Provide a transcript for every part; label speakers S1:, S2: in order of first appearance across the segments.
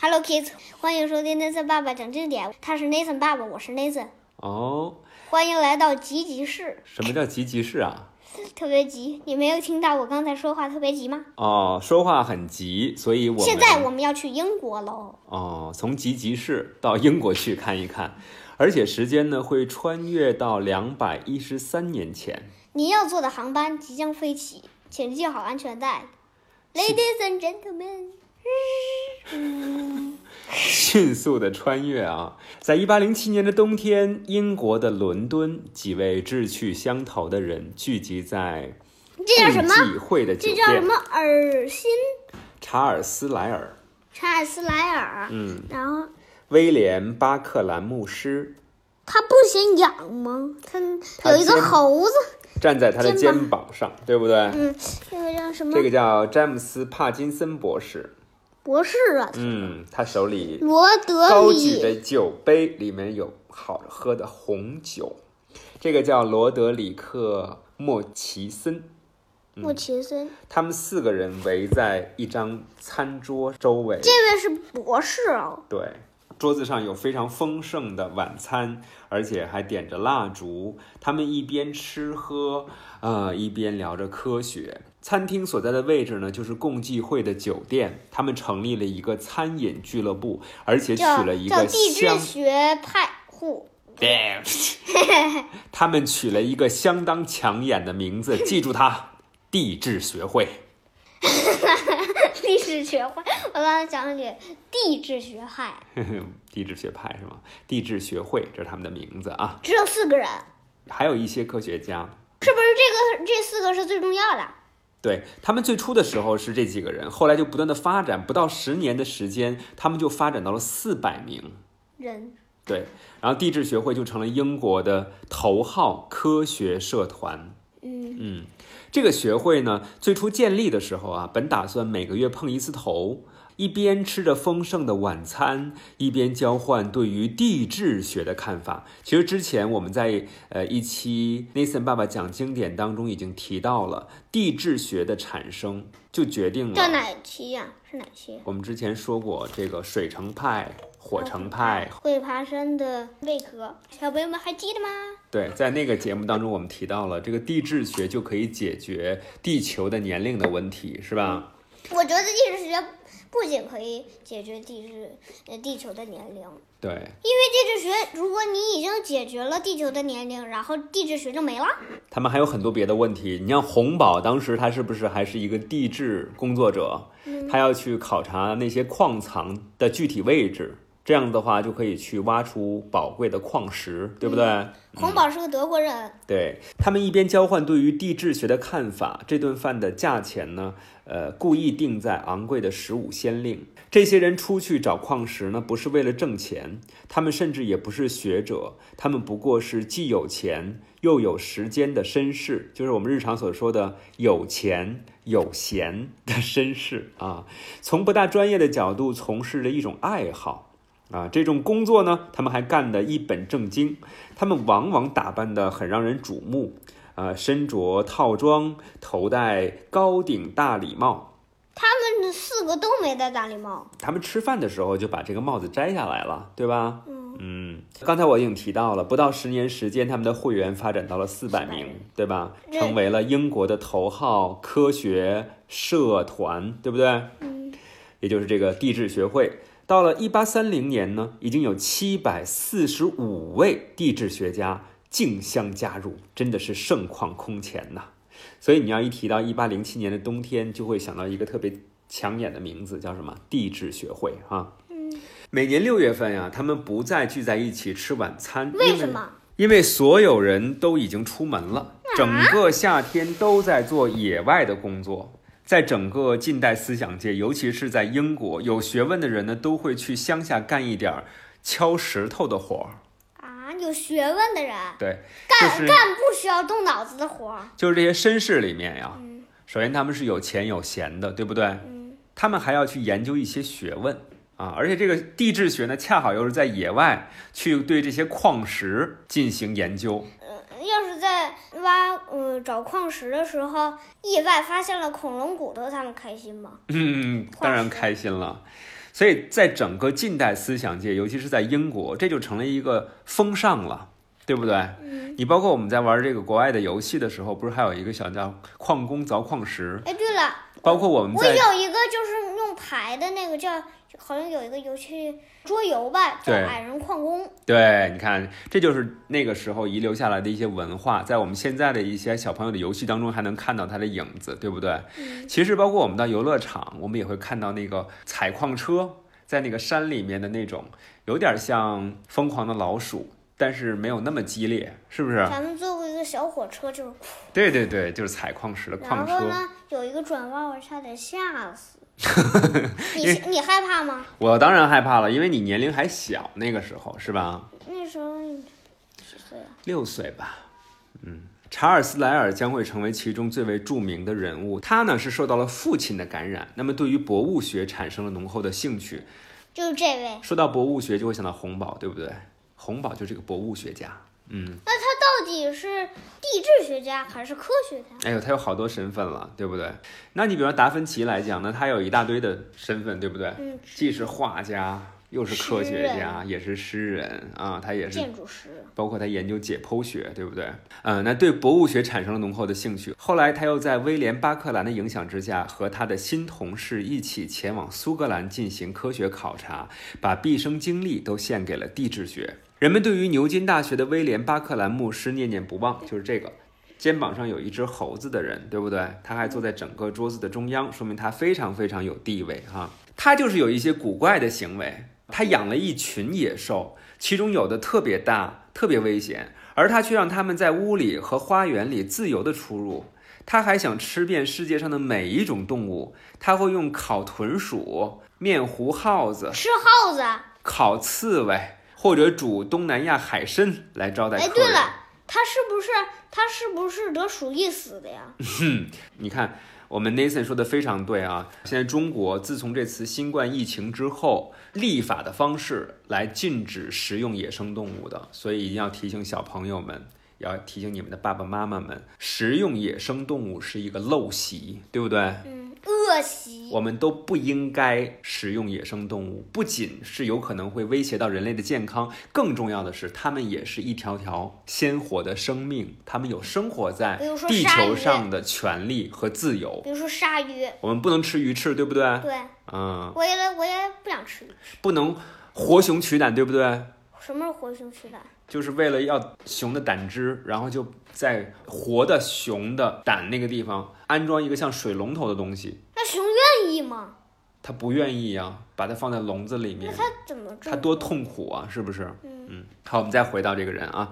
S1: Hello Kids，欢迎收听 Nathan 爸爸讲经典。他是 Nathan 爸爸，我是 Nathan，
S2: 哦，
S1: 欢迎来到急急室。
S2: 什么叫急急事啊？
S1: 特别急，你没有听到我刚才说话特别急吗？
S2: 哦，说话很急，所以我们
S1: 现在我们要去英国喽。
S2: 哦，从急急事到英国去看一看，而且时间呢会穿越到两百一十三年前。
S1: 您要坐的航班即将飞起，请系好安全带。Ladies and gentlemen，嗯
S2: 迅速的穿越啊！在一八零七年的冬天，英国的伦敦，几位志趣相投的人聚集在
S1: 这叫什么？
S2: 共济会的酒
S1: 这叫什
S2: 店
S1: 么？尔心
S2: 查尔斯莱尔、
S1: 查尔斯莱尔。嗯，然后
S2: 威廉巴克兰牧师
S1: 他不嫌痒吗？他
S2: 他
S1: 有一个
S2: 嫌
S1: 猴子，
S2: 站在他的
S1: 肩膀
S2: 肩膀上，对不对？
S1: 嗯，这个叫什么
S2: 这个叫詹姆斯·帕金森博士，
S1: 博士啊？
S2: 嗯，他手里
S1: 罗德
S2: 高举
S1: 里
S2: 的嗯酒杯里面有好喝的红酒，这个叫罗德里克·莫奇森。
S1: 莫奇森，
S2: 他们四个人围在一张餐桌周围，
S1: 这位是博士哦，
S2: 对，桌子上有非常丰盛的晚餐，而且还点着蜡烛。他们一边吃喝，呃，一边聊着科学。餐厅所在的位置呢，就是共济会的酒店。他们成立了一个餐饮俱乐部，而且取
S1: 叫
S2: 了一
S1: 叫
S2: 个
S1: 地质
S2: 相，
S1: 学派户。
S2: 对 他们取了一个相当抢眼的 名字，记住它，地质学会。
S1: 地质学派，我刚才讲了点地质学派，
S2: 地质学派是吗？地质学会，这是他们的名字啊。
S1: 只有四个人，
S2: 还有一些科学家，
S1: 是不是这个这四个是最重要的？
S2: 对他们最初的时候是这几个人，后来就不断的发展，不到十年的时间，他们就发展到了四百名。
S1: 人
S2: 对，然后地质学会就成了英国的头号科学社团。嗯这个学会呢，最初建立的时候啊，本打算每个月碰一次头，一边吃着丰盛的晚餐，一边交换对于地质学的看法。其实之前我们在呃一期 Nathan 爸爸讲经典当中已经提到了地质学的产生，就决定
S1: 叫
S2: 了
S1: 哪期呀、是哪期？
S2: 我们之前说过这个水城派、火城派、
S1: 会爬山的贝壳，小朋友们还记得吗？
S2: 对，在那个节目当中，我们提到了这个地质学就可以解决地球的年龄的问题，是吧？
S1: 我觉得地质学不仅可以解决地质呃地球的年龄，因
S2: 对，
S1: 为地质学，如果你已经解决了地球的年龄，然后地质学就没了。
S2: 他们还有很多别的问题。你像洪堡，当时他是不是还是一个地质工作者？他要去考察那些矿藏的具体位置，这样的话就可以去挖出宝贵的矿石，对不对？
S1: 洪堡是个德国人，
S2: 对他们一边交换对于地质学的看法，这顿饭的价钱呢，呃，故意定在昂贵的十五先令。这些人出去找矿石呢，不是为了挣钱，他们甚至也不是学者，他们不过是既有钱又有时间的绅士，就是我们日常所说的有钱有闲的绅士啊。从不大专业的角度从事着一种爱好。啊，这种工作呢，他们还干得一本正经，他们往往打扮得很让人瞩目，呃，身着套装，头戴高顶大礼帽。
S1: 他们四个都没戴大礼帽。
S2: 他们吃饭的时候就把这个帽子摘下来了，对吧？嗯刚才我已经提到了，不到十年时间，他们的会员发展到了四百
S1: 400
S2: 名
S1: 人，
S2: 对吧？
S1: 对
S2: 成为了英国的头号科学社团，对不对？
S1: 嗯，
S2: 也就是这个地质学会。到了一八三零年呢，已经有七百四十五位地质学家竞相加入，真的是盛况空前呐、所以你要一提到一八零七年的冬天，就会想到一个特别抢眼的名字，叫什么？地质学会啊。
S1: 嗯
S2: 每年六月份呀、他们不再聚在一起吃晚餐，因
S1: 为什？么？
S2: 因为所有人都已经出门了，
S1: 啊
S2: 整个夏天都在做野外的工作。在整个近代思想界，尤其是在英国，有学问的人呢，都会去乡下干一点儿敲石头的活儿。
S1: 啊，有学问的人
S2: 对，就
S1: 干
S2: 是
S1: 干不需要动脑子的活儿。
S2: 就是这些绅士里面呀，
S1: 嗯
S2: 首先他们是有钱有闲的，对不对？他们还要去研究一些学问啊，而且这个地质学呢，恰好又是在野外去对这些矿石进行研究。
S1: 呃要是在挖呃找矿石的时候意外发现了恐龙骨头，他们开心吗？
S2: 嗯，
S1: 化
S2: 当然
S1: 石
S2: 开心了。所以在整个近代思想界，尤其是在英国，这就成了一个风尚了，对不对？
S1: 嗯
S2: 你包括我们在玩这个国外的游戏的时候，不是还有一个小叫矿工凿矿石，
S1: 哎，对了，
S2: 包括我们
S1: 我
S2: 在
S1: 有一个就是用牌的那个叫，好像有一个游戏桌游吧，叫
S2: 对
S1: 《矮人矿工》。
S2: 对，你看，这就是那个时候遗留下来的一些文化，在我们现在的一些小朋友的游戏当中还能看到它的影子，对不对？
S1: 嗯
S2: 其实包括我们到游乐场，我们也会看到那个采矿车在那个山里面的那种，有点像疯狂的老鼠，但是没有那么激烈，是不是？
S1: 咱们坐过一个小火车，就是，
S2: 对对对，就是采矿石的矿
S1: 然后
S2: 车。
S1: 呢，有一个转弯，我差点吓 死。
S2: 因为
S1: 你你害怕吗？
S2: 我当然害怕了，因为你年龄还小，那个时候是吧？
S1: 那时候你几岁啊？
S2: 六岁吧，嗯。查尔斯·莱尔将会成为其中最为著名的人物。他呢是受到了父亲的感染，那么对于博物学产生了浓厚的兴趣。
S1: 就是这位。
S2: 说到博物学，就会想到洪堡，对不对？洪堡就是个博物学家。嗯，
S1: 到底是地质学家还是科学家？
S2: 哎呦，他有好多身份了，对不对？那你比如说达芬奇来讲呢，他有一大堆的身份，对不对？
S1: 嗯，
S2: 既是画家，又是科学家，也是诗人啊，他也是
S1: 建筑师。
S2: 包括他研究解剖学，对不对？呃，那对博物学产生了浓厚的兴趣。后来，他又在威廉·巴克兰的影响之下，和他的新同事一起前往苏格兰进行科学考察，把毕生精力都献给了地质学。人们对于牛津大学的威廉·巴克兰牧师念念不忘，就是这个。肩膀上有一只猴子的人，对不对？他还坐在整个桌子的中央，说明他非常非常有地位哈、他就是有一些古怪的行为，他养了一群野兽，其中有的特别大，特别危险，而他却让他们在屋里和花园里自由地出入。他还想吃遍世界上的每一种动物，他会用烤豚鼠、面糊耗子、
S1: 吃耗子啊。
S2: 烤刺猬，或者煮东南亚海参来招待
S1: 哎，
S2: 客
S1: 对
S2: 人。
S1: 了，他是不是他是不是得鼠疫死的呀？
S2: 你看，我们 Nathan 说的非常对啊。现在中国自从这次新冠疫情之后，立法的方式来禁止食用野生动物的，所以一定要提醒小朋友们。也要提醒你们的爸爸妈妈们，食用野生动物是一个陋习，对不对？
S1: 嗯，恶习。
S2: 我们都不应该食用野生动物，不仅是有可能会威胁到人类的健康，更重要的是，它们也是一条条鲜活的生命，它们有生活在
S1: 比如说
S2: 地
S1: 鲨
S2: 球
S1: 鱼
S2: 上的权利和自由。
S1: 比如说鲨鱼，
S2: 我们不能吃鱼翅，对不对？
S1: 对
S2: 嗯，
S1: 我也我也不想吃鱼。
S2: 不能活熊取胆，对不对？
S1: 什么是活熊吃蛋？
S2: 就是为了要熊的胆汁，然后就在活的熊的胆那个地方安装一个像水龙头的东西，
S1: 那熊愿意吗？
S2: 它不愿意啊，把它放在笼子里面
S1: 那，它怎么
S2: 它
S1: 种？
S2: 多痛苦啊，是不是？
S1: 嗯
S2: 嗯，好，我们再回到这个人啊，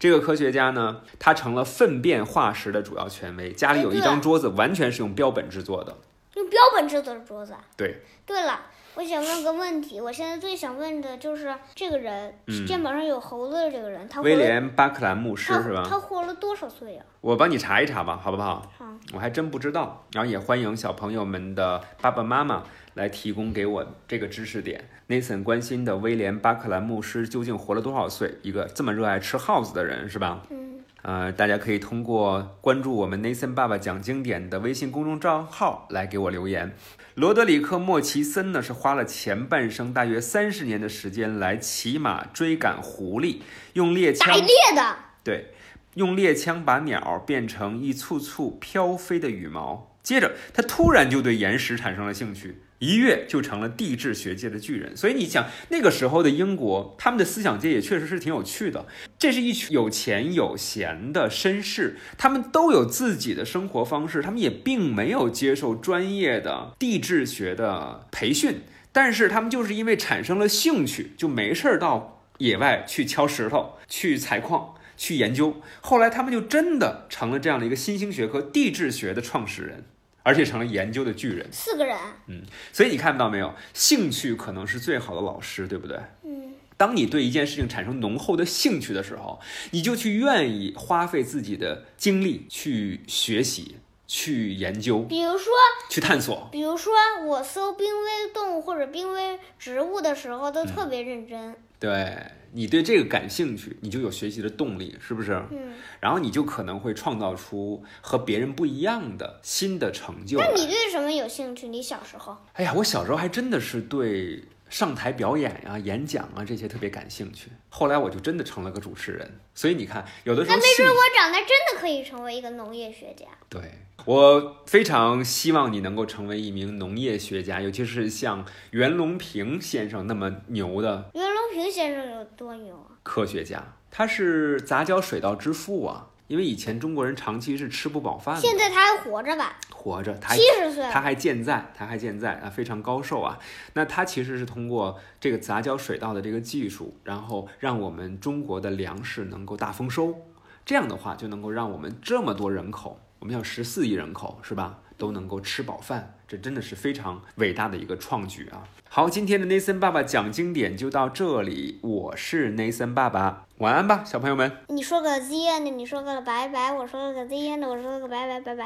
S2: 这个科学家呢，他成了粪便化石的主要权威，
S1: 哎
S2: 家里有一张桌子，完全是用标本制作的。
S1: 用标本制作的桌子啊。
S2: 对，
S1: 对了，我想问个问题，我现在最想问的就是这个人，肩膀上有猴子的这个人，他活
S2: 嗯威
S1: 了
S2: 廉·巴克兰牧师
S1: 他
S2: 是吧？
S1: 他活了多少岁啊呀、
S2: 我帮你查一查吧，好不好？
S1: 好
S2: 我还真不知道。然后也欢迎小朋友们的爸爸妈妈来提供给我这个知识点。Nathan 关心的威廉·巴克兰牧师究竟活了多少岁？一个这么热爱吃耗子的人是吧？
S1: 嗯，
S2: 呃，大家可以通过关注我们 Nathan 爸爸讲经典的微信公众账号来给我留言。罗德里克·莫奇森呢，是花了前半生大约三十年的时间来骑马追赶狐狸，用猎枪
S1: 打猎的。
S2: 对，用猎枪把鸟变成一簇簇飘飞的羽毛。接着，他突然就对岩石产生了兴趣，一跃就成了地质学界的巨人。所以你想，那个时候的英国，他们的思想界也确实是挺有趣的。这是一群有钱有闲的绅士，他们都有自己的生活方式，他们也并没有接受专业的地质学的培训，但是他们就是因为产生了兴趣，就没事儿到野外去敲石头、去采矿、去研究。后来他们就真的成了这样的一个新兴学科——地质学的创始人，而且成了研究的巨人。
S1: 四个人，
S2: 所以你看到没有，兴趣可能是最好的老师，对不对？
S1: 嗯，
S2: 当你对一件事情产生浓厚的兴趣的时候，你就去愿意花费自己的精力去学习。去研究、
S1: 比如说，
S2: 去探索。
S1: 比如说我搜濒危动物或者濒危植物的时候，都
S2: 嗯
S1: 特别认真。
S2: 对你对这个感兴趣，你就有学习的动力，是不是？
S1: 嗯，
S2: 然后你就可能会创造出和别人不一样的新的成就来。
S1: 那你对什么有兴趣？你小时候？
S2: 哎呀，我小时候还真的是对上台表演呀、演讲啊这些特别感兴趣。后来我就真的成了个主持人。所以你看，有的时
S1: 那
S2: 候
S1: 没
S2: 兴
S1: 准
S2: 趣，
S1: 我长大真的可以成为一个农业学家。
S2: 对我非常希望你能够成为一名农业学家，尤其是像袁隆平先生那么牛的
S1: 袁隆平先生有多牛啊？
S2: 科学家。他是杂交水稻之父啊，因为以前中国人长期是吃不饱饭的，
S1: 现在他还活着吧？
S2: 活着他还
S1: 七十岁
S2: 它
S1: 了。
S2: 还健在，它还健在啊，非常高寿啊。那它其实是通过这个杂交水稻的这个技术，然后让我们中国的粮食能够大丰收。这样的话，就能够让我们这么多人口，我们要十四亿人口，是吧？都能够吃饱饭，这真的是非常伟大的一个创举啊！好，今天的 Nathan 爸爸讲经典就到这里，我是 Nathan 爸爸，晚安吧，小朋友们。
S1: 你说个 the end，你说个拜拜，我说个 the end，我说个拜拜拜拜。